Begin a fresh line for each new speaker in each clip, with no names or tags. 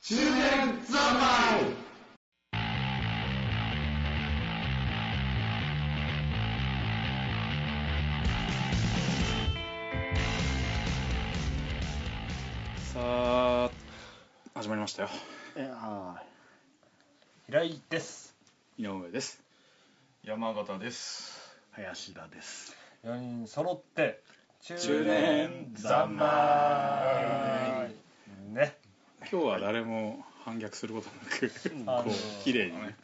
中年三昧
さあ始まりましたよ
えは
平井です
井上です
山形です
い林田です
4人揃って中
年
三
昧ね
今日は誰も反逆することなく
あ
こ
の
う綺麗にね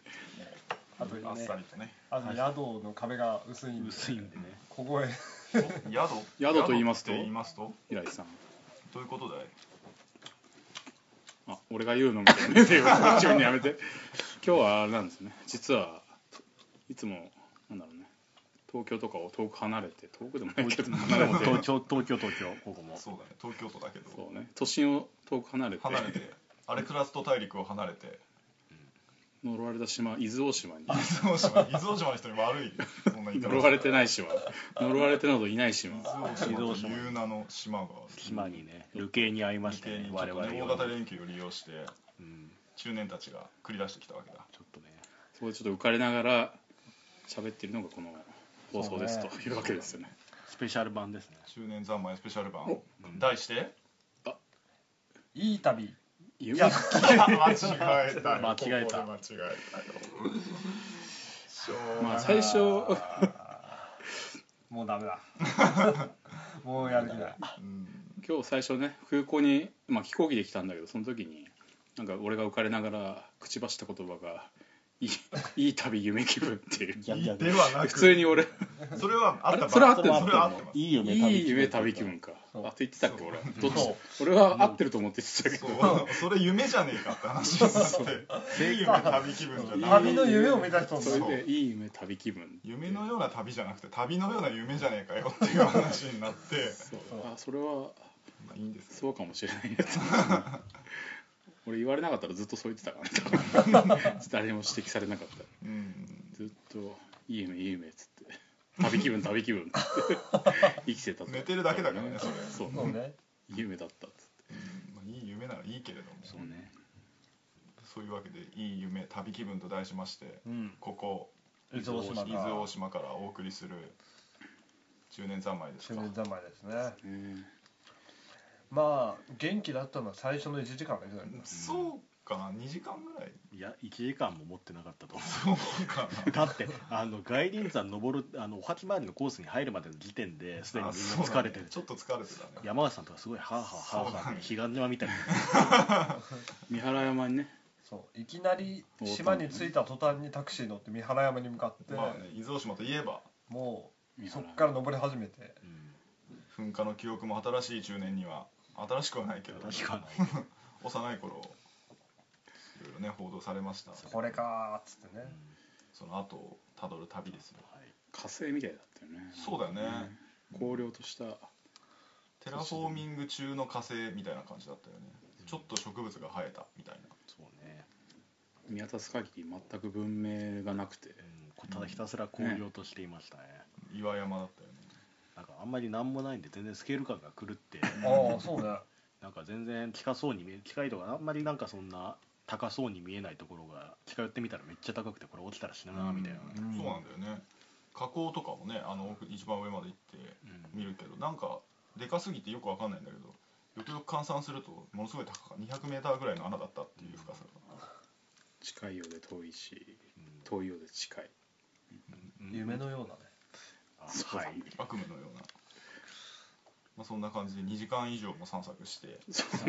あとね
あっさりとね
あの宿の壁が薄いんで
薄い んでね
ここへ
宿
宿と言いますと
宿って言いますと
平井さん
どういうことだい
あ俺が言うのみたいなねっていう自分にやめて今日はあれなんですね実はいつもなんだろうね東京とかを遠く離れて遠くでもないけど離れて
東京東京東京ここも
そうだね東京都だけど
そうね都心を遠く離れて
離れてあれクラスト大陸を離れて
呪われた島伊豆大島に
伊豆大 島伊豆大島の人に悪いそんな言い方
呪われてないい島呪われてなどいない島
伊豆大島という名の島が
島にね余計に会いました
に
ね
ちょっ
我
と
々
ね大
よ
型連休を利用して
うん
中年たちが繰り出してきたわけだ
ちょっとね
そこでちょっと浮かれながら喋っているのがこの放送です
そ
と
うね
いうわけですよね
スペシャル版ですね
中年三昧スペシャル版題して
いい旅
いや
や
間違えたよ
間違
こ
えた
こで間違えたよしょうがない
まあ最初
もうダメだもうやる気ない
うん
今日最初ね空港に、まあ、飛行機で来たんだけどその時になんか俺が浮かれながら口走った言葉が「 いいいい旅夢気分」っていう
逆逆
ではなく
普通に俺
それはあった
あれそれは合ってる
それは合ってます
いい
「
よね
いい夢旅気分か」
そう
あって言ってたっけ俺どっ
そ
ち俺は合ってると思って言ってたけど
そうそれ夢じゃねえかって話になっていい夢旅気分じゃない
旅の夢を目指しとん
そ
だ
れで「いい夢旅気分
夢のような旅じゃなくて旅のような夢じゃねえかよっていう話になって」
そう
そう
あそれは
まあいいんです
そうかもしれないやつ 俺言われなかったらずっとそう言ってたから ね多分誰にも指摘されなかった
うん
ずっと「いい夢いい夢」っつって「旅気分旅気分」っつって生きてたと
寝てるだけだからねそれ
そう
そうね
いい夢だったっつって
まあいい夢ならいいけれども
そうね
そういうわけでいい夢旅気分と題しまして
うん
ここ
伊豆大島
伊
から
豆大島からお送りする中年三昧です
中
か
年三昧ですねまあ元気だったのは最初の1時間だけだね
そうかな2時間ぐらい
いや1時間も持ってなかったと思
そうか
うだってあの外輪山登るあのおはき回りのコースに入るまでの時点ですでに
な
み
あ
んな
そうだね
疲れてる
ちょっと疲れてたね
山内さんとかすごいハーハーハー
そう
ハ
だ
ー
ね
彼岸島みたいな
三原山にね
そういきなり島に着いた途端にタクシー乗って三原山に向かって、
まあね伊豆大島といえば
もう
三
そ
原
っから登り始めて
うん
噴火の記憶も新しい中年には新しくはないけど
確か に
幼い頃いろいろね報道されました
これかーっつってね、
その後をたどる旅ですよ
火星みたいだったよね
そうだよね
荒涼とした
テラフォーミング中の火星みたいな感じだったよねちょっと植物が生えたみたいな
そうね
見渡す限り全く文明がなくて
うんただひたすら荒涼としていましたね
岩山だったよね
なんかあんまり何もないんで全然スケール感が狂って
ああそうね
なんか全然近そうに見え近いとかあんまりなんかそんな高そうに見えないところが近寄ってみたらめっちゃ高くてこれ落ちたら死ぬなみたいな、
うんそうなんだよね火口とかもねあの奥一番上まで行って見るけどなんかでかすぎてよくわかんないんだけどよくよく換算するとものすごい高か 200m ぐらいの穴だったっていう深さが
近いようで遠いし遠いようで近い
うん
夢のようだね
あ
そう
は
だ
い
ね
悪夢のような、まあ、そんな感じで2時間以上も散策して
3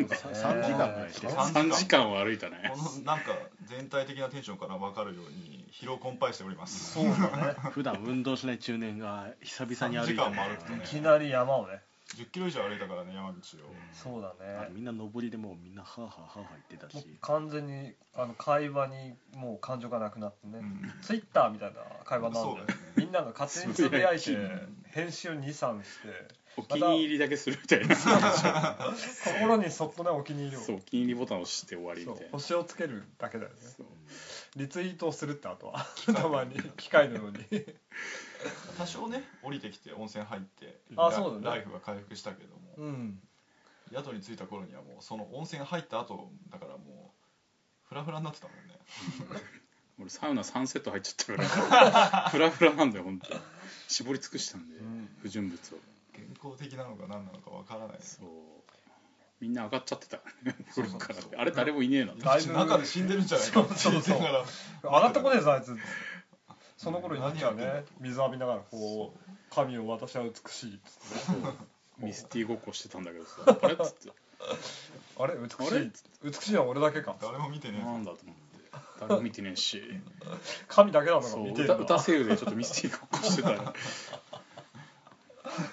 時間ぐらいして
えー
3時間は歩いたね
このなんか全体的なテンションから分かるように疲労困憊しております
そうだね
普段運動しない中年が久々に歩い
3時間
た
も歩くとね
いきなり山をね
1 0キロ以上歩いたからね山道を
そうだ
あれ
ね
みんな上りでもうみんなハーハーハーハー言ってた
もう
し
完全にあの会話にもう感情がなくなってね、
うん
ツイッターみたいな会話になるんだ
そう
よ
だね
みんなが勝手につぶやいて編集23して
お気に入りだけするみたいな
心にそっとねお気に入りを
そうお気に入りボタンを押して終わり
そ
み
う
たいな
星をつけるだけだよね
そう
リツイートをするってあとはたまに機械のように
多少ね降りてきて温泉入って
あ
ラ
そうだね
ライフが回復したけども
うん
宿に着いた頃にはもうその温泉入った後だからもうフラフラになってたもんね
俺サウナ3セット入っちゃったか らフラフラなんだよ本当絞り尽くしたんで、
ん
不純物を
健康的なのか何なのかわからない
そうみんな上がっちゃってた
そう そう
からあれ誰もいねえなって
だいぶ
中で死んでるんじゃないかって 言いながら
上がってこねえぞあいつその頃に
何
何は
やってん
ね
だ
水浴びながらこう「神を私は美しいっつって
ミスティーごっこしてたんだけどさあれっつって」
あれ美しいっつって美しいのは俺だけか
誰も見てねえ
なんだと思って誰も見てねえし
神だけなのか
そう
見てん
歌
の
歌セールでちょっとミスティーごっこしてた ら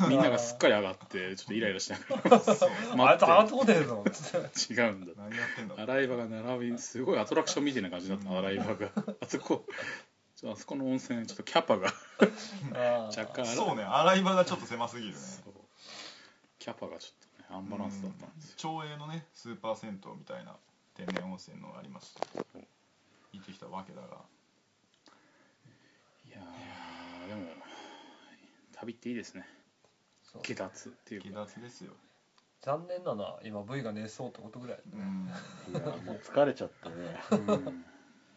みんながすっかり上がってちょっとイライラしながら
あいつ上がっ
待
てこねえ ぞっつって
って違うんだ
何やってんだろう
洗い場が並びすごいアトラクションみたいな感じだった洗い場 があそこちょあそこの温泉ちょっとキャパが
あ
若干洗い
そうね洗い場がちょっと狭すぎるね
そうキャパがちょっとねアンバランスだったんですよ
町営のねスーパー銭湯みたいな天然温泉のありました行ってきたわけだが
いやーでも旅っていいですね
そう
下脱っていう
気
か
立ですよ
残念だな今 V が寝そうってことぐらい
うん
いや
もう疲れちゃったね
うん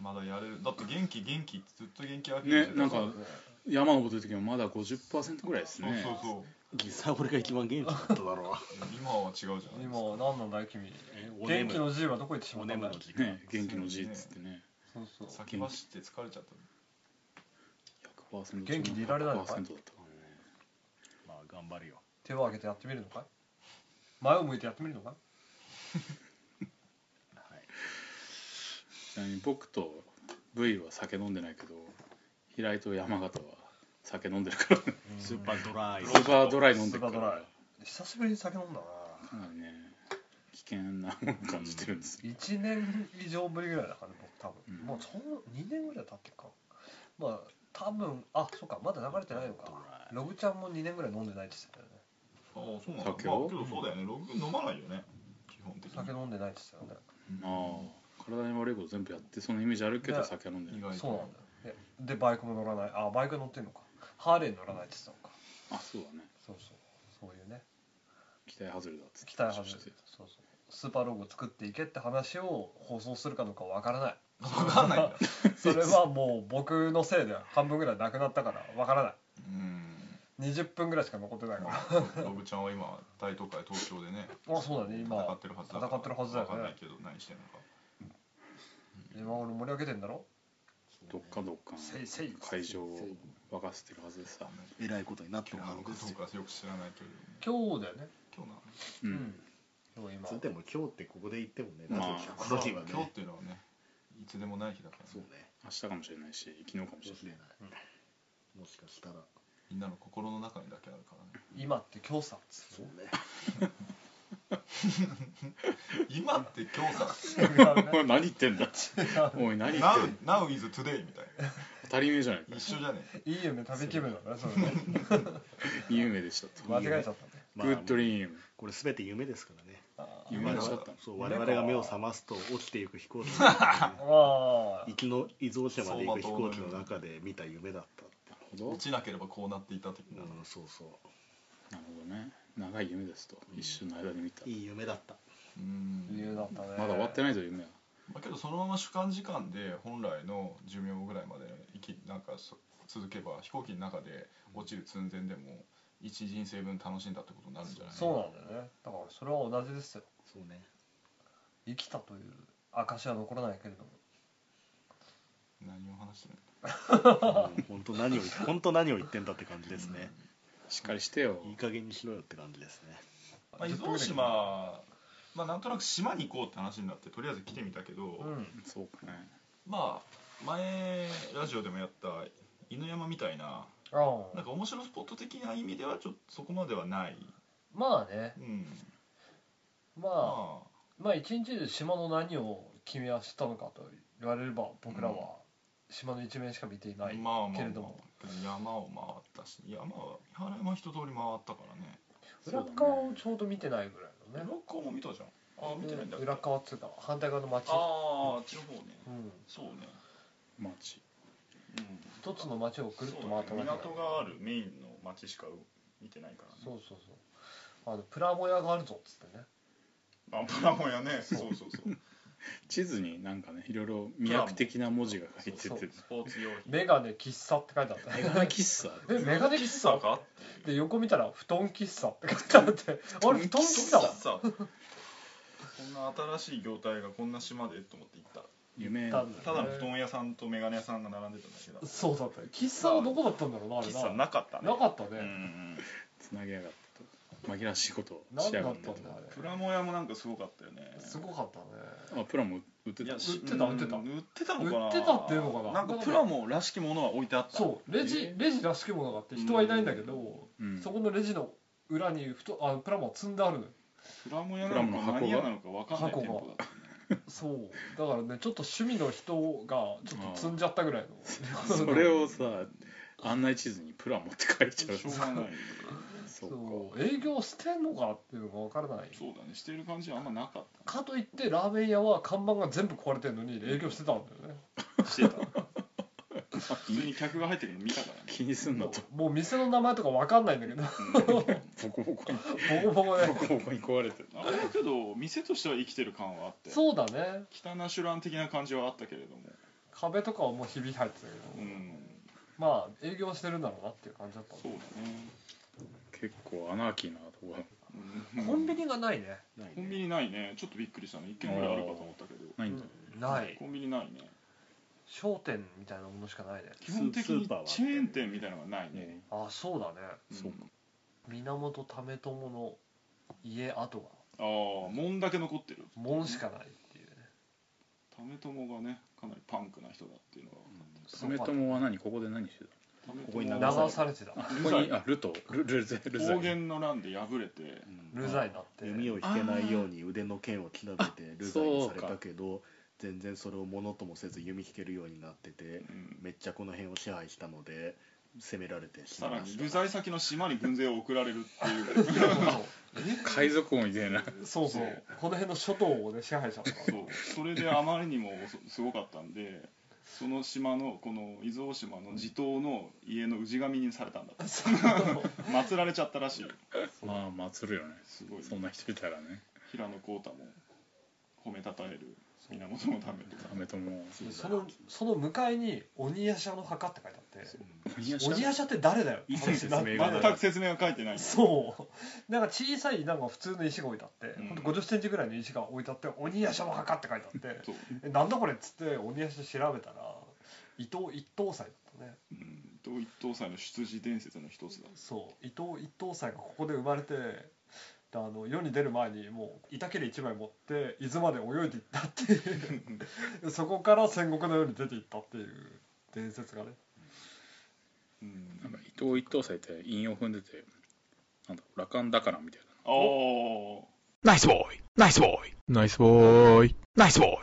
まだやれるだって元気元気ってずっと元気ある
ねなんか山登ってる時もまだ50%ぐらいです
そう
ね
そうそう
ギサ俺が一番元気だっただろ
今は違うじゃない
今何なんだよ君
う
元気の G はどこ行ってしま
お
った
ね
ん
む
だ
の
よ
時間
ね元気の G っつってね
そうそう
先走って疲れちゃった
100%
元気でいられないのかい
100%だったからね
まあ頑張るよ
手を挙げてやってみるのかい前を向いてやってみるのかい
ちなみに僕と V は酒飲んでないけど平井と山形は酒飲んでるからね
スーパードライ
スーパードライ飲んでるか
スーパード
ら
ラ久しぶりに酒飲んだな
かなりね危険なものを感じてるんですよ
1年以上ぶりぐらいだからね僕多分、
うん
もうその2年ぐらい経ってるかまあ多分あそうかまだ流れてないのか
ドライ
ログちゃんも2年ぐらい飲んでないって言ってたよね
ああそうなんだまあけ
酒を
どそうだよねログ飲まないよね基本的
酒
に
飲んでないって言ってたよ
ああ体に悪いこと全部やってそのイメージあるけど
ね
酒飲んで
意
る
外
ねそうなん
と
だよででバイクも乗らないあバイク乗ってんのかハーレー乗らないって言ってたのか
あそうだね
そうそうそういうね
期待外れだっつって
期待外れ
し
そう
て
そうスーパーロゴ作っていけって話を放送するかどうかわか らない
分かんないんだ
それはもう僕のせいで半分ぐらいなくなったからわからない
うん
20分ぐらいしか残ってないから
ログちゃんは今大都会東京でね
あそうだね今
戦ってるはずだから
戦ってるはずだよね
分かんないけど何してんのか
今頃盛り上げてんだろ
どっかどっか
せいせい
会場を沸かせてるはずでさ
えらいことになって
今
る
日
は
なの
ず
か
です
どうか
よ
よく知らないけど
今日だよね
今日なの
う
うん今日今
つっても今日ってここで言ってもね
まあ
ラジオ聞くことにはね
今日っていうのはねいつでもない日だから
そう
ね
ね
明日かもしれないし昨日かも
か
し
も
れ
しれ
な
ない
い
もしかしたら
みんなの心の中にだけあるからね
今って今日さ
そうね
今って今日さ
違うね
おい何言ってんだおい何言っ
Now
てんだ
Now is today みたい
当たり前じゃない
な
か
一緒じゃね
いい夢旅気分だねそれ ね
有名でしたと
間違えちゃったね
まあ
グッドリーム
これ全て夢ですからね
あー
夢でしたった
そう
夢
我
か
々が目を覚ますと落ちていく飛行機の中でね
あー
行きの伊豆大島まで行く飛行機の中で見た夢だったって、
ほど
落ちなければこうなっていた時
う
に
ん、そうそ
なるほどね長い夢ですと一瞬の間に見た
ういい夢だった
うん
理由だったね
まだ終わってないぞ夢は
まあ、けどそのまま主観時間で本来の寿命ぐらいまで生きなんかそ続けば飛行機の中で落ちる寸前でも一人生分楽しんだってことになるんじゃない
そうなんだよねだからそれは同じですよ
そうね
生きたという証は残らないけれども
何を話してる
本当何を本当何を言ってんだって感じですね
しっかりしてよ
いい加減にしろよって感じですね
の、まあ、伊豆大島、まあ、なんとなく島に行こうって話になってとりあえず来てみたけど、
うん
そうかね
まあ前ラジオでもやった犬山みたいな
あー
なんか面白スポット的な意味ではちょっとそこまではない、
まあね
うん、
まあ
まあ
まあ一日で島の何を君は知ったのかと言われれば僕らは島の一面しか見ていない、
まあまあまあ
けれども
けど山を回ったし山は三原山一通り回ったからね
そうだ
裏
ね
側をちょうど見てないぐらい
裏
のね
側も見たじゃんああ見てないんだっけ
裏側っつうか反対側の町
あああっちの方ね
うん、
そうね
街
うん
一つの町をぐるっと回っただけだ
港があるメインの町しか見てないから
そ
ね
うそうそうあのプラモ屋があるぞっつってね
あプラモやねそうそうそう
地図になんかねいろいろ魅惑的な文字が書いて
そうそ
て
う
スポーツ用品
メガネ喫茶って書いてあった
メガネ喫茶
えメガネ喫
喫茶
茶
か
で横見たら布団喫茶って書いてあってあれ布団喫茶だ
さこんな新しい業態がこんな島でと思って行った
夢
た
ただの布団屋さんとメガネ屋さんが並んでただけだ
そうだったよ喫茶はどこだったんだろうなあれ
喫茶なかったね
なかった
う
ね、
ん
つなげやがってと紛らわしいことを
なん、
し
何
やが
だっ
って
た
と
んだあ
プラモ屋もなんかすごかったよね
れすごかったね
あプラも売って
い
た
や
売ってた売ってた
うん売ってたのかな
売ってたっていうのかなん
かプラモらしきものは置いてあった
そうレジレジらしきものがあって人はいないんだけど、
うん
そこのレジの裏にふとあプラモを積んであるのよ
プラモ屋なのか何屋なのか分かんない
箱
店
が
舗だったね
そうだからねちょっと趣味の人がちょっと積んじゃったぐらいの
それをさ案内地図にプラモって書いちゃう
しょうがない
そ
そう
か
う営業してんのかっていうのが分からない
そうだねしてる感じはあんまなかっ
かといってラーメン屋は看板が全部壊れてるのに営業してたんだよね
たしてた 普通に客が入ってくるの見たからね
気にすんな
も
と
うもう店の名前とか分かんないんだけど
ボコボコに
ボコボコ
ボ
ね
コボコに壊れてる
あれだけど店としては生きてる感はあって
そうだね
北ナシュラン的な感じはあったけれども
壁とかはもうひび入ってたけど、
うん
まあ営業してるんだろうなっていう感じだったんだ
そうだね、
結構アナーキーなとこが
うん
コンビニがないね
ない
コン
ね
ビニないねちょっとびっくりしたね一軒ぐらいあるかと思ったけど
ないんだ
ない
コンビニないね
商店みたいなものしかないね
基本的に
スーパーは
チェーン店みたいなのがないね
ね
あそうだね
そうん
源為朝の家跡が
ああもんだけ残ってる
門しかないっていうね
為友がねかなりパンクな人だっていうのが
サメ友は何ここで何して
為
ここに
友
長
は
流されてた
たここにあルトルルゼルゼ
方言の乱で敗れて
流罪になって
弓を引けないように腕の剣をきらめてルザイにされたけど全然それをものともせず弓引けるようになってて
うん
めっちゃこの辺を支配したので攻められて死
さ
に
ら
ま
に
し
流
た
罪先の島に軍勢を送られるっていう
海賊王みたいな
そうそうこの辺の諸島をね支配したのから
そうそれであまりにもそすごかったんでその島のこの伊豆大島の地頭の家の氏神にされたんだって祀られちゃったらしい
まあ祭るよね
すごい
そんな人いたらね
平野浩太も褒めたたえる源のためとか
サメ友
そのその向かいに鬼夜叉の墓って書いてあって
鬼屋
鬼夜叉って誰だよ
一切説明がない
全く説明が書いてない
そう なんか小さいなんか普通の石が置いてあって、
うん
ほんと50センチぐらいの石が置いてあって「鬼夜叉の墓」って書いてあっ て
そう、
えなんだこれっつって鬼夜叉調べたら伊藤一等祭だったね
うん、伊藤一等祭の出自伝説の一つだ
そう伊藤一等祭がここで生まれてであの世に出る前にもう板切れ1枚持って伊豆まで泳いでいったってい うそこから戦国の世に出ていったっていう伝説がね
うん
なんか伊藤一等斎って韻を踏んでてなんだ羅漢だからみたい
あ
な
あ
ナイスボーイナイスボーイナイスボーイナイスボーイ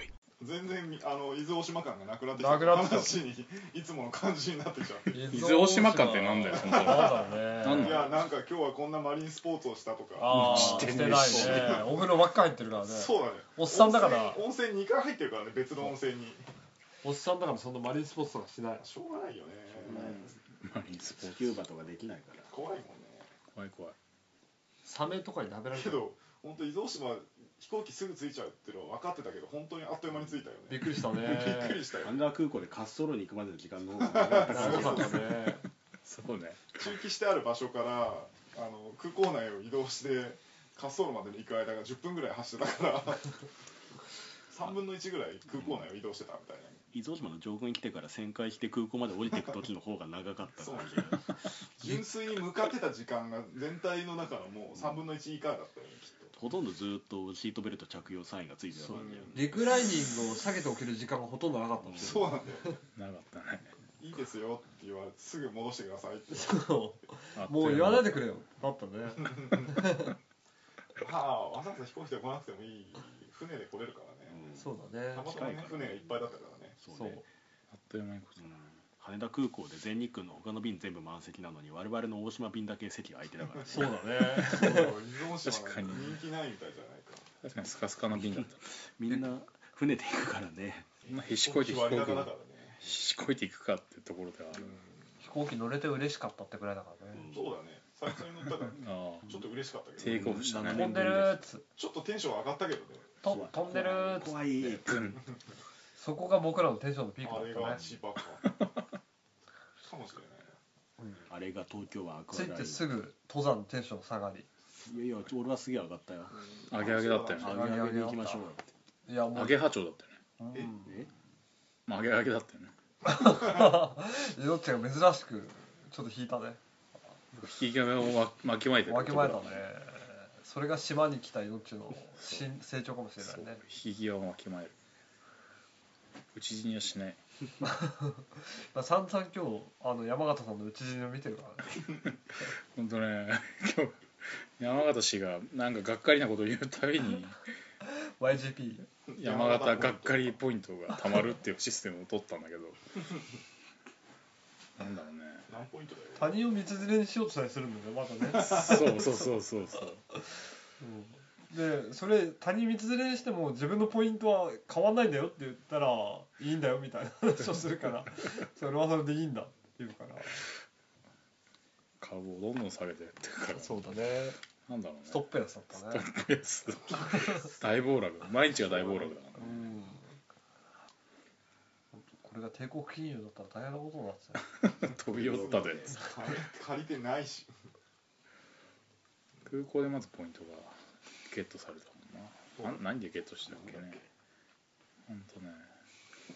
全然みあの伊豆大島感がなくなってき
なくなってきた
話にいつもの感じになってちゃう
伊豆大島館ってなん
ん
だよそ
なん
の
だろうね
なん
い
だ
やなんか今日はこんなマリンスポーツをしたとか
ああ
知
し
っててん
な
ね
いねお風呂ばっか入ってるからね
そうだね
おっさんだから
温泉温泉2回入ってるからね別の温泉に
おっさんだからそんなマリンスポーツとかしない
しょうがないよね
マリンスポー
キュー
ツ
バとかできないから
怖いもんね
怖い怖い
サメとかに舐められ
け
てる
ど本当伊豆大島飛行機すぐ着いちゃうっていうのは分かってたけど本当にあっという間に着いたよ
びっ
ね
くりしたね
びっくりしたよ
アンダー空港で滑走路に行くまでの時間の方が長かった
長かったね
そうね
駐機してある場所からあの空港内を移動して滑走路までに行く間が10分ぐらい走ってたから3分の1ぐらい空港内を移動してたみたいな
伊豆大島の上空に来てから旋回して空港まで降りていく時の方が長かった感じが
純粋に向かってた時間が全体の中のもう3分の1以下だったよねきっと
ほとんどずーっとシートベルト着用サインがついてた感じだよね
リクライニングを下げておける時間がほとんどなかったんです
そう
よ
なんだよ
なかったね
いいですよって言われてすぐ戻してくださいっ て
あっと
もう
い
言
間
わないでくれよだったね
まあわざわざ飛行機で来なくてもいい船で来れるからね、
そうだね
たまたまね船がいっぱいだったからね
そう
そ
ね
う
あっという間にこ
うん羽田空港で全日空の他の便全部満席なのに我々の大島便だけ席が空いてたから
そうだね
そうだよ伊豆大島
確
な
か
ん
に
か人気ないみたいじゃないか
確かにスカスカの瓶だった
みんな船で行くからね
そんな必死こいて
飛
飛
行機
行機
割高だからね
必死こいていくかってところではある
飛行機乗れて嬉しかったってくらいだからね
そうだね久々に乗ったから
あ
ちょっと嬉しかったけ
テイ
ど
クオフしたね
う
飛んでるーっつ
ちょっとテンション上がったけどね
怖
と
い
飛んでるーっつ
怖いうん
そこが僕らのテンションのピー
あれ
クだっ
が
たね
千葉かかもしれない
あれが東京はアク
つ
ア
い
ライ
て
ン
すぐ登山テンション下がり
いやいや俺はすげえ上がったよ
上げ上げだったよね
上げ上げで行きましょうよ
いやも
上
う
げ波長だったよね
うん
え
まあ上げ上げだったよね
ヨッチが珍しくちょっと引いたね
引き金をわ巻きまいて
わきまえたね
ね
それが島に来たヨッチの新成長かもしれないね
引き際を巻きまえる打ち死にはしない
まあ、散々今日あの山形さんの打ち死にを見てるからね
本当ね今日山形氏がなんかがっかりなことを言うたび に
YGP
山形がっかりポイントがたまるっていうシステムを取ったんだけ どなんだろうね
何ポイントだよ
他人を道連れにしようとしたりするんだよねま だね、
そうそうそうそうそう
うんでそれ他人道連れにしても自分のポイントは変わんないんだよって言ったらいいんだよみたいな話をする からそれはそれでいいんだって言うから
株をどんどん下げてってから
うだね
なんだろうね
ストップ安だったね
プレス 大暴落毎日が大暴落だか
うんこれが帝国金融だったら大変なことになってたよ
ら飛び寄ったで
借り借りてないし
空港でまずポイントがゲットされたもんなな何でゲットしたっけねほんとね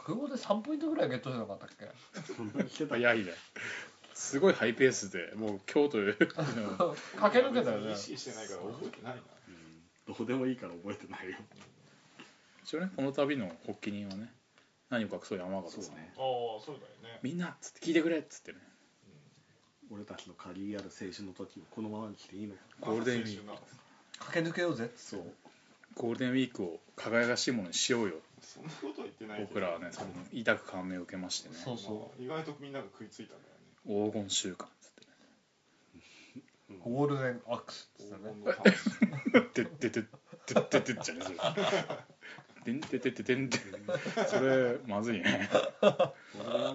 空港で3ポイントぐらいゲットしてなかったっけ
そんなにしてた
いやいやすごいハイペースでもう今日という
駆け抜けた
別
よ
に
ね
意識してないから覚えてないな
どうでもいいから覚えてないよ
一応ねこの度の発起人はね何を隠そう山形さん、
ああそうだよね
みんなっつって聞いてくれっつってね
俺たちの限りある青春の時をこのままにしていいのか
ゴールデンウィーク
まだ青春な
駆け抜けようぜ
そうゴールデンウィークを輝かしいものにしようよ
そんなことは言ってないけど
僕らはねその委託感銘を受けましてね
そうそ
まあ意外とみんなが食いついたんだよね
黄金週間っつってね
うゴールデンアックスって言ってたね
黄金の魂
てってててててじゃねえそれ。てんててててんて。それまずいね。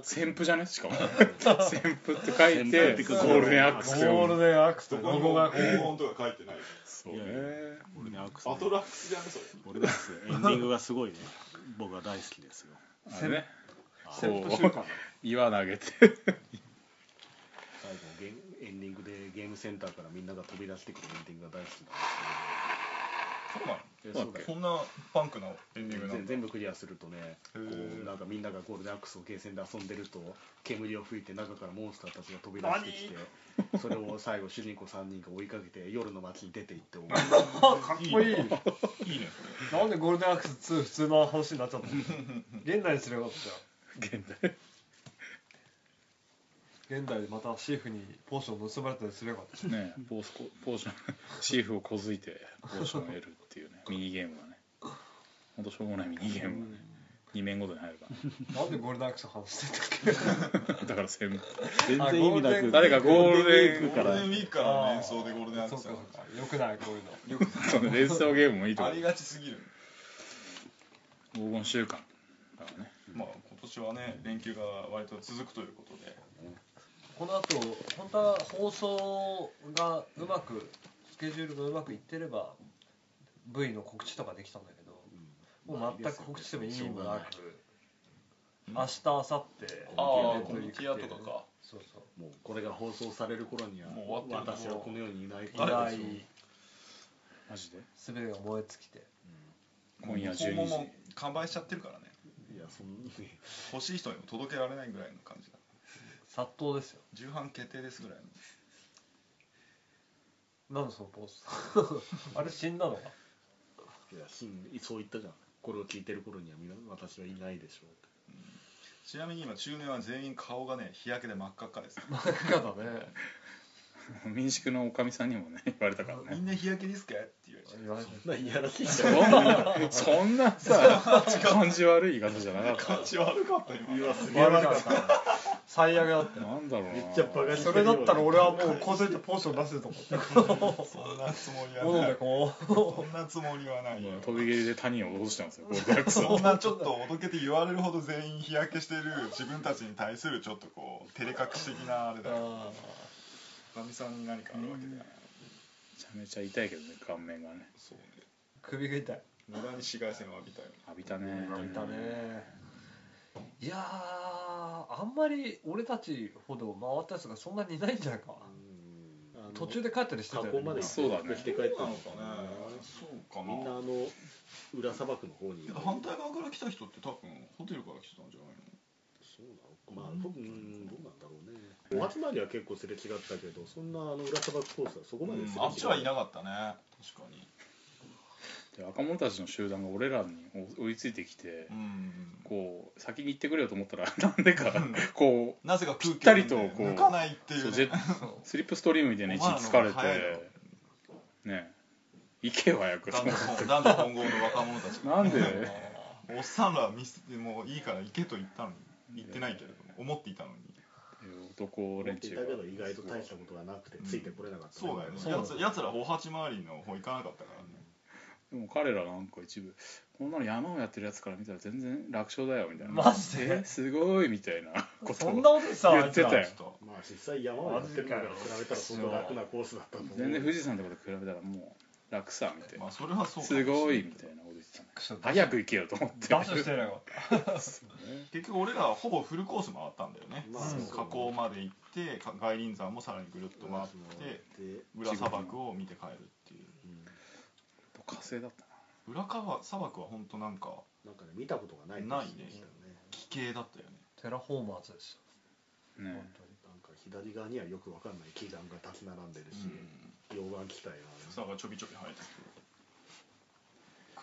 旋風じゃねしかも。旋風って書いてゴールデンアックス
ゴール
よ。
デンアックス
ど
と
こに
ロ
も
ゴ
黄
が
金とか書いてない
そうね
いやいや。俺ねアクセ
アトラクスじゃねそれ
俺だっすよエンディングがすごいね僕は大好きですよ
あれね。
旋風
こ
週間
う岩投げて。
最後ゲームエンディングでゲームセンターからみんなが飛び出してくるエンディングが大好き
そうなの
そ
なん
うだ
です
っ
そんなパンクなエンディング
よ
な
全
んだ
全部クリアするとねこ
へえ
うなんかみんながゴールデンアックスをゲーセンで遊んでると煙を吹いて中からモンスターたちが飛び出してきてそれを最後主人公3人が追いかけて夜の街に出て行って
かっ
かっこいい
いいねそれ
なんでゴールデンアクス2普通の話になっちゃったの現代にすればよかったよ
現代。
現代でまたシーフにポーション盗まれたりすればよかった
ねポースコポーション シーフをこづいてポーションを得るっていうねミニゲームがね。本当しょうもないミニゲームがね。二面ごとに入る からね。
なんでゴールデンアクスの話してたっけ
だから旋風。
全然意味なく
誰かゴー
ゴール
ルデン
デンウィークからの連想でゴールデンアッ
そ
ク
う
ス
かそうかよくないこういうの
そうね、レースゲームもいいと
あ
こ
りがちすぎる
黄金週間だからね
まあ今年はね連休が割と続くということで
この後本当は放送がうまくスケジュールがうまくいってれば V の告知とかできたんだけど もう全く告知しても意味もなく明日明後
あ
日イ
あ
ベントに行ってそうそう
もうこれが放送される頃には
もう終わってる
私はこの世にいない
以来
マジで
すべてが燃え尽きて
今夜12時
訪問も完売しちゃってるからね
いやそんな
欲しい人にも届けられないぐらいの感じだ
殺到ですよ
重版決定ですぐらいの
なんでそのポーズ あれ死んだのか
いや死んそう言ったじゃんこれを聞いてる頃にはみんな私はいないでしょうって
ちなみに今中年は全員顔がね日焼けで真っ赤っかです
真っ赤だね
民宿のおかみさんにもね言われたから
み
ね
んな日焼けですかって言われちゃう
言われて
そんないやらしいじ
そんなそんなさ感じ悪い言い方じゃなかっ
感じ悪かった今
悪かったね最悪だっ
た
た
なんだろうな
めっちゃバカに
それだったら俺はもうこういてポーション出せると思って
そんなつも り
斧
はな
で
い
こ
そんなつもりはないよ
飛び蹴りで他人を脅してますよゴールデンアックス
そんなちょっとおどけて言われるほど全員日焼けしてる自分たちに対するちょっとこう照れ隠し的なあれ
う
だよ
あ
かみさんに何かあるわけで、
ちゃめちゃ痛いけどね顔面がね
そうね
首が痛い
無駄に紫外線を浴びたよね
浴びたね
いたね
いやーあんまり俺たちほど回ったやつがそんなにいないんじゃないか
あの
途中で帰ったりしてた
河
よ
口まで
ね
そうだね
来て帰ってる
そうなのかねそうかな
みんなあの裏砂漠の方に
けど反対側から来た人って多分ホテルから来てたんじゃないの
そうなのまあ僕うんどうなんだろうねお初まりは結構すれ違ったけどそんなあの裏砂漠コースはそこま
う
で
ん
すれ違
あっちはいなかったね確かに
で若者たちの集団が俺らに追いついてきて
うん
こう先に行ってくれよと思ったら なんでかこう
なぜか空
ぴっ
気
た
を
り
ね
とこう
抜かないってい
そう
う
ジ
ね
ェ スリップストリームみたいな位置に疲れ
お前らの方が早いよ
てね行けよ早く
男女混男女混合の若者たちが
なんで
おっさんらはミスもういいから行けと言ったのに言ってないけれども思っていたのに
男
思っ
連
てい
中
た
が
けど意外と大したことがなくてついてこれなかったね、
そうだよね
そう
やつやつらお八回りの方行かなかったからね
でも彼らなんか一部こんなの山をやってるやつから見たら全然楽勝だよみたいな
マジで
えすごいみたいなこと
そ
を
んなことさ
言ってたよ
ちょっと
まあ実際山をやってるのから比べたらそんな楽なコースだったと思う
全然富士山とかと比べたらもう楽さみたい
ま
な
あそれはそうかも
す
しれな
ごいみたいなこと言ってたね
クソダッシュ
早く行けよと思って
ダッシュしてなかっ
結局俺らはほぼフルコース回ったんだよね、
まあ
その
そう
河口まで行ってか外輪山もさらにぐるっと回って
で
裏砂漠を見て帰るっていう
うん
火星だったな
裏川砂漠は本当なんか
なんかね見たことがない
ないね
景色でしたよね
奇形だったよね
たテラフォーマーズです
ね
本当に
なんか左側にはよくわかんない基岩が立ち並んでるし、溶岩地帯が
草がちょびちょび生えて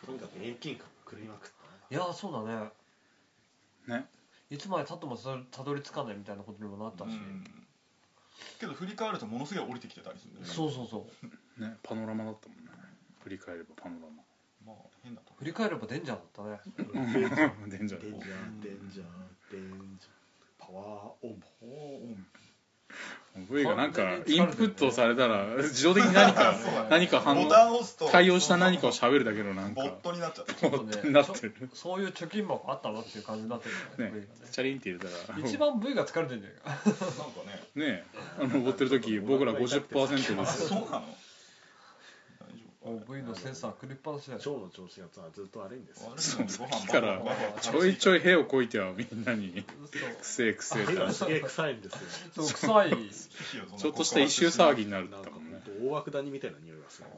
とにかく遠近感狂いまくったね
いやーそうだね
ね
いつまでたってもたどたどり着かないみたいなことにもなっ
く
た
る、
し、
うんけど振り返るとものすごい降りてきてたりするんだよね
そうそうそう
ねパノラマだったもんね振り返ればパノラマ
まあ変なとこ
振り返ればデンジャーだったね
デンジャ
デ
ー
ンジャーデンジャーデンジャーパワーオンボ
部位がなんかインプットされたら自動的に何 か
そうだね
何か反
ボタン
応
を押すと
対応した何かを
そう
喋るだけのなん
ボ
か
ットになっちゃった
ちょっとね
なってる
そそういう貯金箱あったなっていう感じになってるよ
ね
ね V
チャリンって入れた
が
ら
ね一番 V が疲れてるんじゃないか
なんかね
ねあの登ってる時僕ら50%で
あ
す
そうなの大丈夫
もう V のセンサー狂いっぱなしだよ
腸の調子がさずっと悪いんですよ
悪いのにご飯バ
か
カ
ら
バカバカ
ちょいちょい屁をこいてはみんなに
そう
くせえくせえ
手が
と
すげえ臭いんですよ
そう臭い
ちょっとした一周騒ぎになるっ
な
て言
ん
った
か
も
ほ
ん
ん
ね
と大涌谷みたいな匂いがする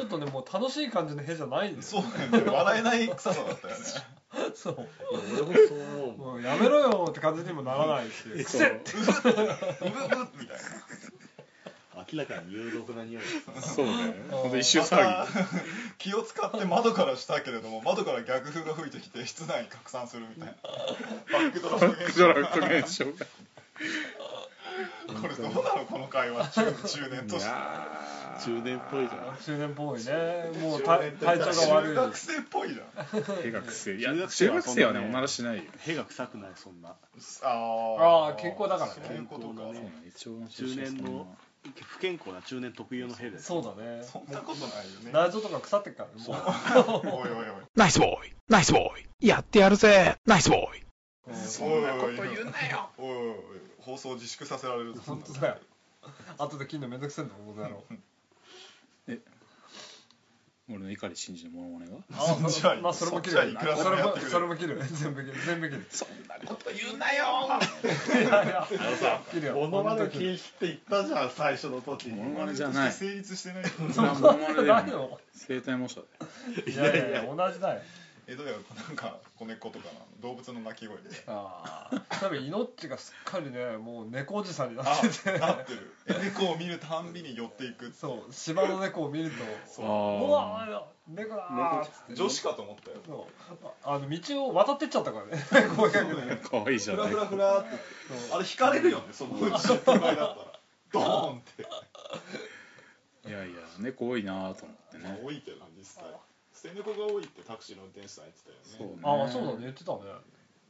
ちょっとねもう楽しい感じの部じゃないんです
そうなんだよ笑えない臭さだったよね
そう
俺もそう思うもん
もうやめろよって感じにもならないっていう
そう
うぶうぶみたいな
明らかに有毒な匂いがす
そ
る
うねほんと一周騒ぎ
また気を使って窓からしたけれども窓から逆風が吹いてきて室内に拡散するみたいなバックドラ
バ
フト
ッ
現
ク
象
ドラフト現象が
これどうなのこの会話中中年と
い
して
や
中年っぽいじゃん
中年っぽ いねもう体体調が悪
中
い
学生っぽいじゃん
ー屁がくせえいや
中学生
中学生は
はそんなね
ねおならしないよ
屁が臭くないそんな
あ
あー健康だからね
そういうことか
健康だね
一応
中年の不健康な中年特有の屁です
そうだね
そんなことないよね
内臓とか腐ってっからねもう
おいおいおい
ナイスボーイナイスボーイやってやるぜナイスボーイ
そんなこと言うなよおいおいおい放送自粛させられるぞ
本当だよ後で切るのめんどくせえんだもんこの野郎
俺の碇真二のモノマネが
あ
そっちはいい
まあそれも切る
そっちはいくらで
そ
も
れ
やっ
も
てくれる
それも切る全部切る全部切る
そんなこと
言うなよ
いやいや切るよ
モノマネ
切
禁
る
止って言ったじゃん最初の時
モ
に
ノマネじゃない
成立してない
そんなモノマネでも
ないよ
生体模写で
いやいや同じだよ
えどうやらなんか子猫とかの動物の鳴き声で
ああ多分イノッチがすっかりねもう猫おじさんにな
あ
ってて
なってるえ猫を見るたんびに寄っていく
そう芝の猫を見ると
そう
あ
う
ー
わー猫だーっつって
女子かと思ったよ
そうあの道を渡ってっちゃったからね声かけて
可愛いじゃ
フ
な
ラ
い
フラフラってあれ引かれるよねそのうちの手前だったらドーンって
いやいや猫多いなと思ってね
多いけど実際捨て猫が多いってタクシーの運転手さん言ってたよね
ああそうだね言ってたね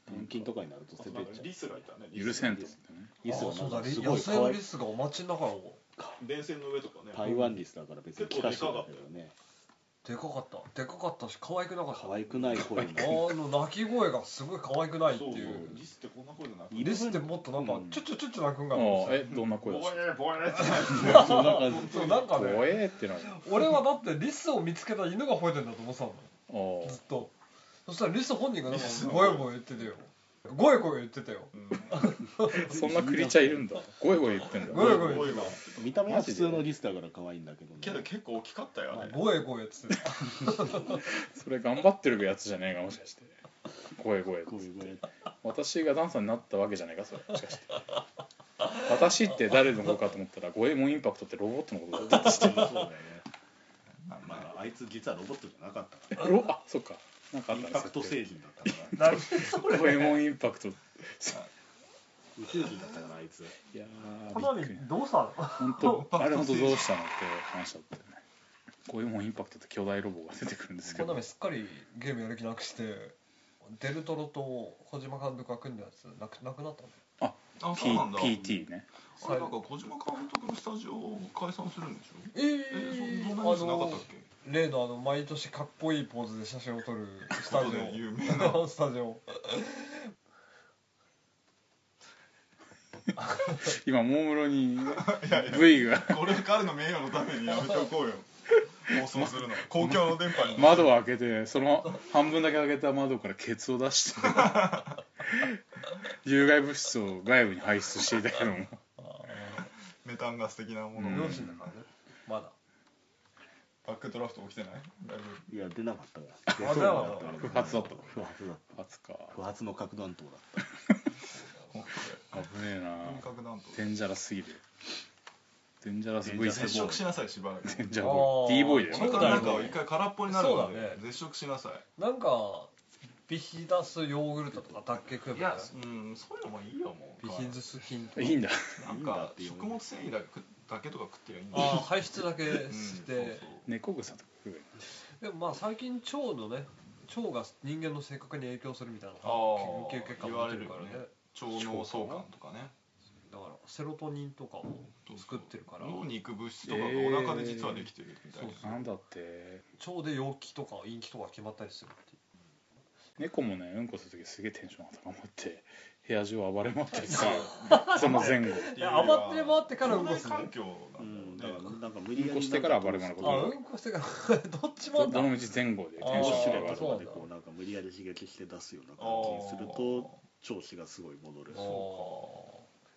転勤とかになると捨てて
なん
っ
か
ちゃう
リスがいたねリス
許せんと思ってね
リス
あ
は
そう
な
だ
ん
ね
かす
野
ごい
生の
可愛
リ
い
スがお待ちの中を
電線の上とかね
台湾リスだから別に
結構
気化
で
し
か
て
か
だ
った
け
よ
どね
でかかったでかかったし可愛くなかった
可愛くない声も
あの鳴き声がすごい可愛くないっていう
リスってこんな声じゃなく
い
て
る
リスってもっとなんか、
うん
ちょちょちょちょ鳴くんか
あ
なと思っ
あ
て
えどんな
ボ
声
エ
ですか
ーボエーって
そんな感じ
そうなんか
怖
ね
えってなるあ
俺はだってリスを見つけた犬が吠えてんだと思ってたの
あ
ずっとそしたらリス本人がなんかゴヨゴヨ言ってたよゴヨゴヨ言ってたよ
そんなクリチャーいるんだゴイゴイ言ってんだ
ゴヨゴヨ言
ボ
っ
エ
て
ーが
見た目は普通のリスだから可愛いんだけどね
けど結構大きかったよあれ
たゴヨゴヨってた
それ頑張ってるやつじゃねえかもしかしてゴイゴイ
こういう声
私がダンサーになったわけじゃないかそれもしかして私って誰の方かと思ったらゴエモンインパクトってロボットのこと だった
そうだよねまああいつ実はロボットじゃなかっ
ロあそっかなんかあ
た
っ
イン
た
パクト
性
星人だったから
何
ゴエモンインパクトい
宇宙人だったからあいつ
や
か
ー
な
びっ
り
くり
どうしたの
本当あれ本当どうしたのって話だったよねゴエモンインパクトって巨大ロボが出てくるんですけ
こんな
ど
めすっかりゲームやる気なくしてデルトロと小島監督が組んだやつなくなくなったの
あ
P
そうなんだ
PT ね
あれなんか小島監督のスタジオ解散するんでしょ
え
えそ
あ
んなニュースなかった
の
っけ
例のあの毎年かっこいいポーズで写真を撮るスタ
こ
ジ
とで 有名な
オスタジオ
今ももろに V が
これ彼の名誉のためにやめておこうよ放送するの公共の電波に
窓を開けてその半分だけ開けた窓からケツを出して有害物質を外部に排出していたけども
メタンガス的なものを、
うん
両親だからねまだ
バックドラフト起きてないだいぶ
いや出なかったから
あ出なかった
不発だった
不発だっ
初か
た不発の核弾頭だった
本
危ねえ
当に
な
核弾頭
デンジャラスすぎるデンジャラス V
絶食しなさいしばらく
デンジャラボーイ D ボーイだ
お
そう
よ
腹の
だよね
中を一回空っぽになるま
そうだね
で絶食しなさい
なんかビヒダスヨーグルトとかだっけ食えばいいんだよ
うんそういうのもいいよも
ビヒズス菌とか
いいんだ
なんか食物繊維だけだけとか食ってりゃいいんだ
あ
よ
ー排出だけ
うん
し
そう
て
そう
猫草とか食えばいい
でもまあ最近腸のね腸が人間の性格に影響するみたいな
あー
研究結果
言
も
わ
出
れる
てる
よ
からね
ね腸脳相関とかね
だからセロトニンとかを作ってるから
脳
腸
に行く物質とかがお腹で実はできてるみたいな、
えー
なんだって
で陽気とか陰気とか決まったりするっていう
猫もねうんこする時すげえテンション高まって部屋中暴れ回ったりするよその前後
って
い
いう
や
よりは
暴って回ってからうんこする
環境
う
なん
ん
だ
だ
ろ
か
うね、
らなんか無理
うんこしてから暴れ回ること
あ
が
うんこしてから どっちもあんだ
どのみち前後でテン
あ
シ
ー
ョン
れ
が上が
ば
る
そう
でこうなんか無理やり刺激して出すような感じにすると調子がすごい戻る
あ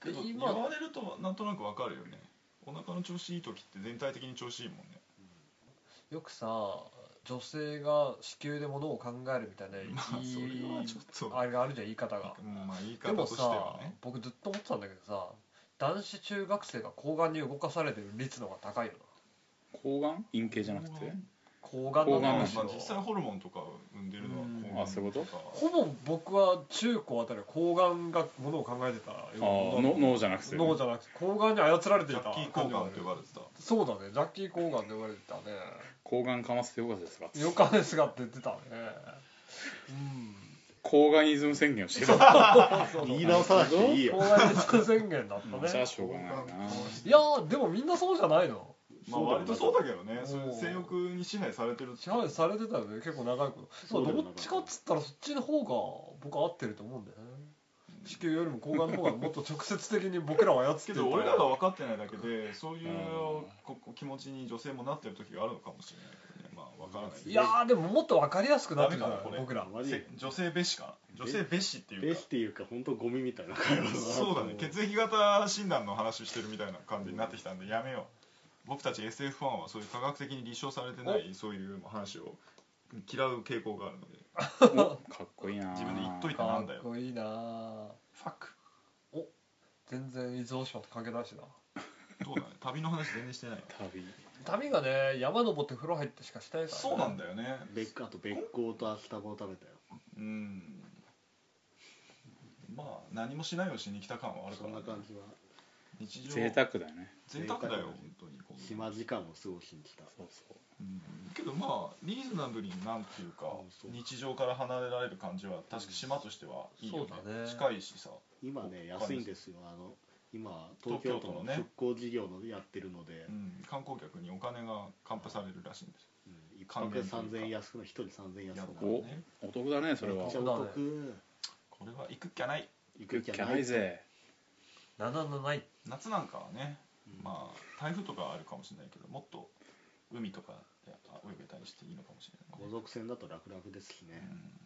で
ーで
も言
今
われるとなんとなくわかるよねお腹の調子いい時って全体的に調子いいもんね
よくさ女性が子宮で物を考えるみたいな
まあそれはちょっと
あれがあるじゃん言い方が
うんまあ言い
で
方
も
として
さ
はね
僕ずっと思ってたんだけどさ男子中学生が睾丸に動かされてる率の方が高いよな
睾丸陰茎じゃなくて
睾丸
まあま
なの
あ
む
睾
し
まあ
ろ
実際ホルモンとか産んでるのは
うん
睾丸
あそういうこと
か
ほぼ僕は中高あたりは睾丸がものを考えてたよ
ああの脳じゃなくて
脳じゃなくて睾丸に操られて
ジ
い
ャ
た
ッキー睾丸と呼ばれてた
そうだねジャッキー睾丸で呼ばれてたね
睾丸かませてよかったですか
よかですがって言ってたね
睾丸イズム宣言をしてた
言い直さなくていい
うん
よ
睾丸です宣言だっ
じ
た
ゃあ
ね
しょうがない
いやーでもみんなそうじゃないの
まあ割とそうだけどね
うん
そういう性欲に支配されてる
支配されてたよね結構長いこと、まあ、どっちかっつったらそっちの方が僕は合ってると思うんだよね地球よりも睾丸の方がもっと直接的に僕らを操って
け
いた
ど俺らが分かってないだけでそういう
うん
ここ気持ちに女性もなってる時があるのかもしれないけどねまあ分からない
いやーでももっと分かりやすくなってるじゃない
ダメかなこれ
僕ら
マジ
せ女性蔑視かな女性蔑視ってい
ベ
うか
スっていうか本当ゴミみたいな会話
そうだね血液型診断の話してるみたいな感じになってきたんでやめよう僕たち SF ファンはそういう科学的に立証されてないそういう話を嫌う傾向があるので
なおかっこいいな
自分で言っといてな
か
んだ
っ
よ
こいいなー
ファック
全然伊豆大島と関係ないしな
どうだね旅の話全然してない
旅
旅がね山登って風呂入ってしかしてないから、ね、
そうなん
だ
だよね
べっあとべっこうとアスタバを食べたよ
うんまあ何もしないをしに来た感はあるか
そん
ら
な
ね
感じは
日常
贅沢だよね
贅沢だよ本当にこう
暇時間を過ごしに来た
そうそう
うんけどまあリーズナブルになんていうか
うんそう
日常から離れられる感じは確か島としてはいいよね
そうだね
近いしさ
今ね安いんですよあの今東
東
京
京
都
都
の
の
復
ね
興事業のやってるので、
うん、観光客にお金が還付されるらしいんです
うん一
還元というか
3000円安くの一人3000円安
やだ
くの
ね
おお得だねそれ
め
は
っちゃお得
これは行くっきゃない
行
行く
く気
気
は
は
な
ないいぜ
771
夏なんかはね
うん
まあ台風とかあるかもしれないけどもっと海とかであ泳げたりしていいのかもしれないね、
後続船だと楽々ですし
う
ね
ん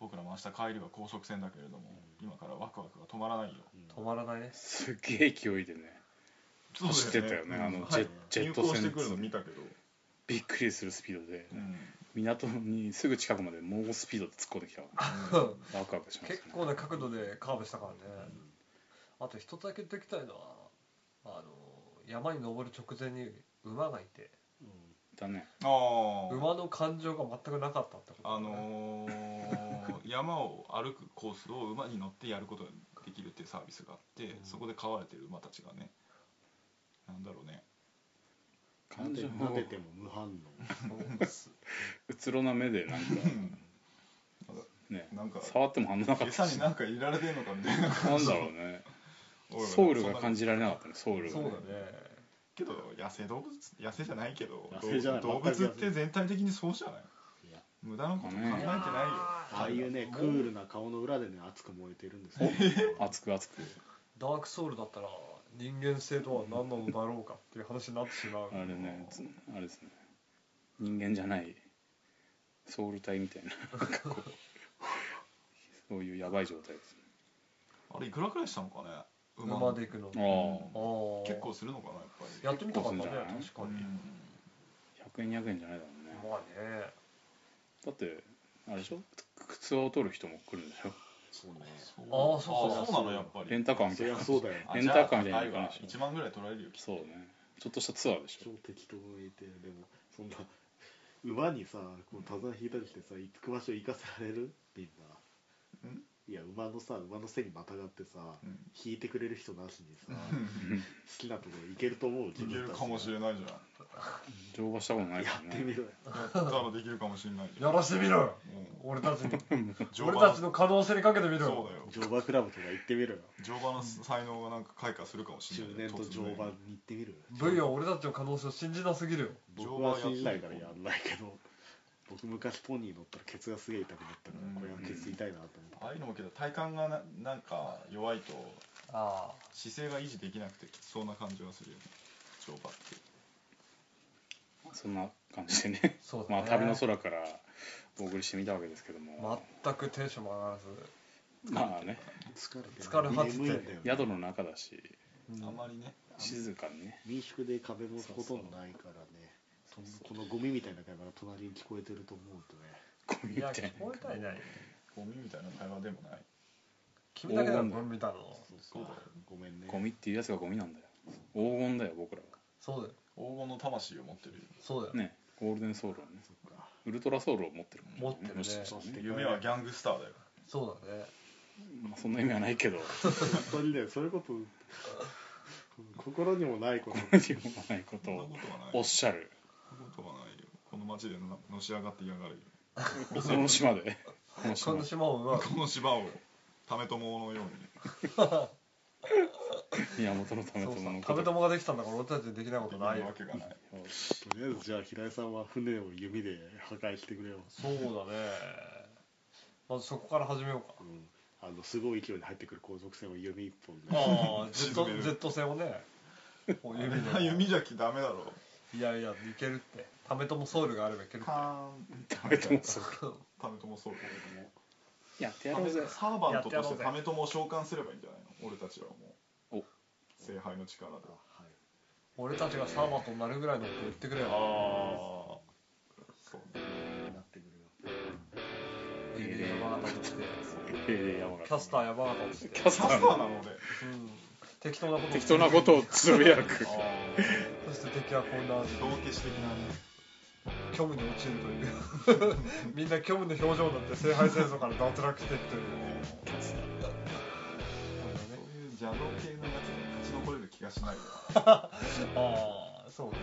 僕らも明日帰りは高速船だけれども、今からワクワクが止まらないよ
止まらないね
すっげえ勢いでね
そう
走ってたよねあのジェ,、
はい
ジェッ
入
ト
港して
船
くるの見たけど、
びっくりするスピードで
うん
港にすぐ近くまで猛スピードで突っ込んできたからワクワクしまし
結
たね
構な角度でカーブしたからね、あと一つだけ言っておきたいのはあの山に登る直前に馬がいて
だね
あー
馬の感情が全くなかったってこと
あのー山を歩くコースを馬に乗ってやることができるっていうサービスがあって、そこで飼われてる馬たちがねなんだろうね
な
感
で
情
撫で
を
ても無 反応
うつろな目でなんかね
なんか
触っても反応なかった
餌
し
に
な
なんか入れられてんのかみたいなん
だろうねソウルが感じられなかったねソウルが
そう
ね
だね
けど野生動物野生じゃないけど
野生じゃない
動物って全体的にそうじゃない
いや
無駄なこと考えて
ね
ないよ
ああいうねクールな顔の裏でね熱く燃えてるんですよ
熱く熱く
ダークソウルだったら人間性とは何なのだろうかっていう話になってしまう
あれねつあれですね人間じゃないソウル体みたいななんかこうそういうやばい状態ですね
あれいくらくらいしたのかね馬
馬で行くの
あ
うん
あ
ああ
結構するのかなやっぱり
やってみたかったね
結構するんじ
確
う
かに、
ん
100円200円じゃないだろうね
まあね
だってあれでしょ靴を取る人も来るんでしょ
そうね
ああそう
あ
か
そうなのやっぱ
レ
り
ンタカーみ
そ
たい
り
な
ゃそうだよ
あ
レンタカーみたいなの
じゃあ高いわ
し
1
ょ
万ぐらい取られるよきっと
そうねちょっとしたツアーでし
超
ょ
適当にいてでもそんな馬にさこう手綱引いたりしてさ行く場所行かせられるみんなんいや馬のさ馬の背にまたがってさ、
うん
引いてくれる人なしにさ好きなところ行けると思う自
できる
分たち
かもしれないじゃん
乗馬したことない
や
から
ってみ
ね
ろよ
だからできるかもしれないじゃん
やらしてみろよ
うん
俺たち に
乗
俺
馬
た
の
ち
そう
の可能性にかけてみろ
だ
よ
よ
乗馬クラブとか行ってみろよ
乗馬の才能がなんか開花するかもし
中
れない
年と乗馬
突
に行ってみろよ
V は俺たちの可能性を信じなすぎるよ
僕は信じないからやんないけど僕昔ポニー乗ったらケツがすげえ痛くなったからこれはケツ痛いなと思って
ああいうのもけど体幹がななんか弱いと
ああ
姿勢が維持できなくてきつそうな感じがするよね乗馬って
そんな感じでね
そうだ
ま
ね
あ旅の空からお送りしてみたわけですけども
全くテンションも上がらず
まあね
疲れて
疲れ果てて
眠いんだよね
宿の中だし
あまりね
静かにね
民宿で壁もほとんどないからねとこのゴミみたいな会話が隣に聞こえてると思うとね
こう
い
言
や
って
聞こえたいない
ゴミみたいな会話でもない
君だけだろゴミみたいなの
そうだごめんね
ゴミっていうやつがゴミなんだよ黄金だよ僕らは
そうだよ
黄金の魂を持ってるよ
そうだよ、
ねゴールデンソウルはね
そっか
ウルトラソウルを持ってる
持ってるね
もしかしたら
そう
夢はギャングスターだよ
そうだね
まあ、そんな意味はない けど
本当にねそれこそ心にもないこと
意味はないこと
そんな
を
ことはない
おっしゃる
そんなことはないよこの街でののし上がってやがるよ
この島でこの
こ
島
の島を奪う
この芝を為友のように
源のため
そ
と
うさ
もの
食べ
と
友ができたんだから俺たちにできないこ
で
と
き
な
ないい
よ
わけがない
とりあえずじゃあ平井さんは船を弓で破壊してくれよ、
そうだねまずそこから始めようか
うん、あのすごい勢いで入ってくる後続船を弓一本で
ああジェット
沈める
ジェット船をねこう指
あ
で
弓じゃきダメだろ
いやいやいけるってためともソウルがあればいけるって
カ
食べ友そう
ーン為友そうだ
やってや
けど
ろ
も
うぜ
サーバントと
やってや
し
ろう
て
ぜ
為友を召喚すればいいんじゃないの俺たちはもう
お
聖杯の力で
あはい
俺たちがサーバーとなるぐらいのこと言ってくれよ
ああそうね
なってくるよ
リリー山形にして
ええやばかっ
キャスター山形にして
たキャス
キ
タ
ャスタ
ー
ー
の
なので
適当なことを
適当なことをつぶやく
あ
そして敵は混乱し
あ道化師的なね
虚無に陥るという みんな虚無の表情になって聖杯戦争から脱落していくという
そういう邪道系のやつが勝ち残れる気がしないよ
ああそうね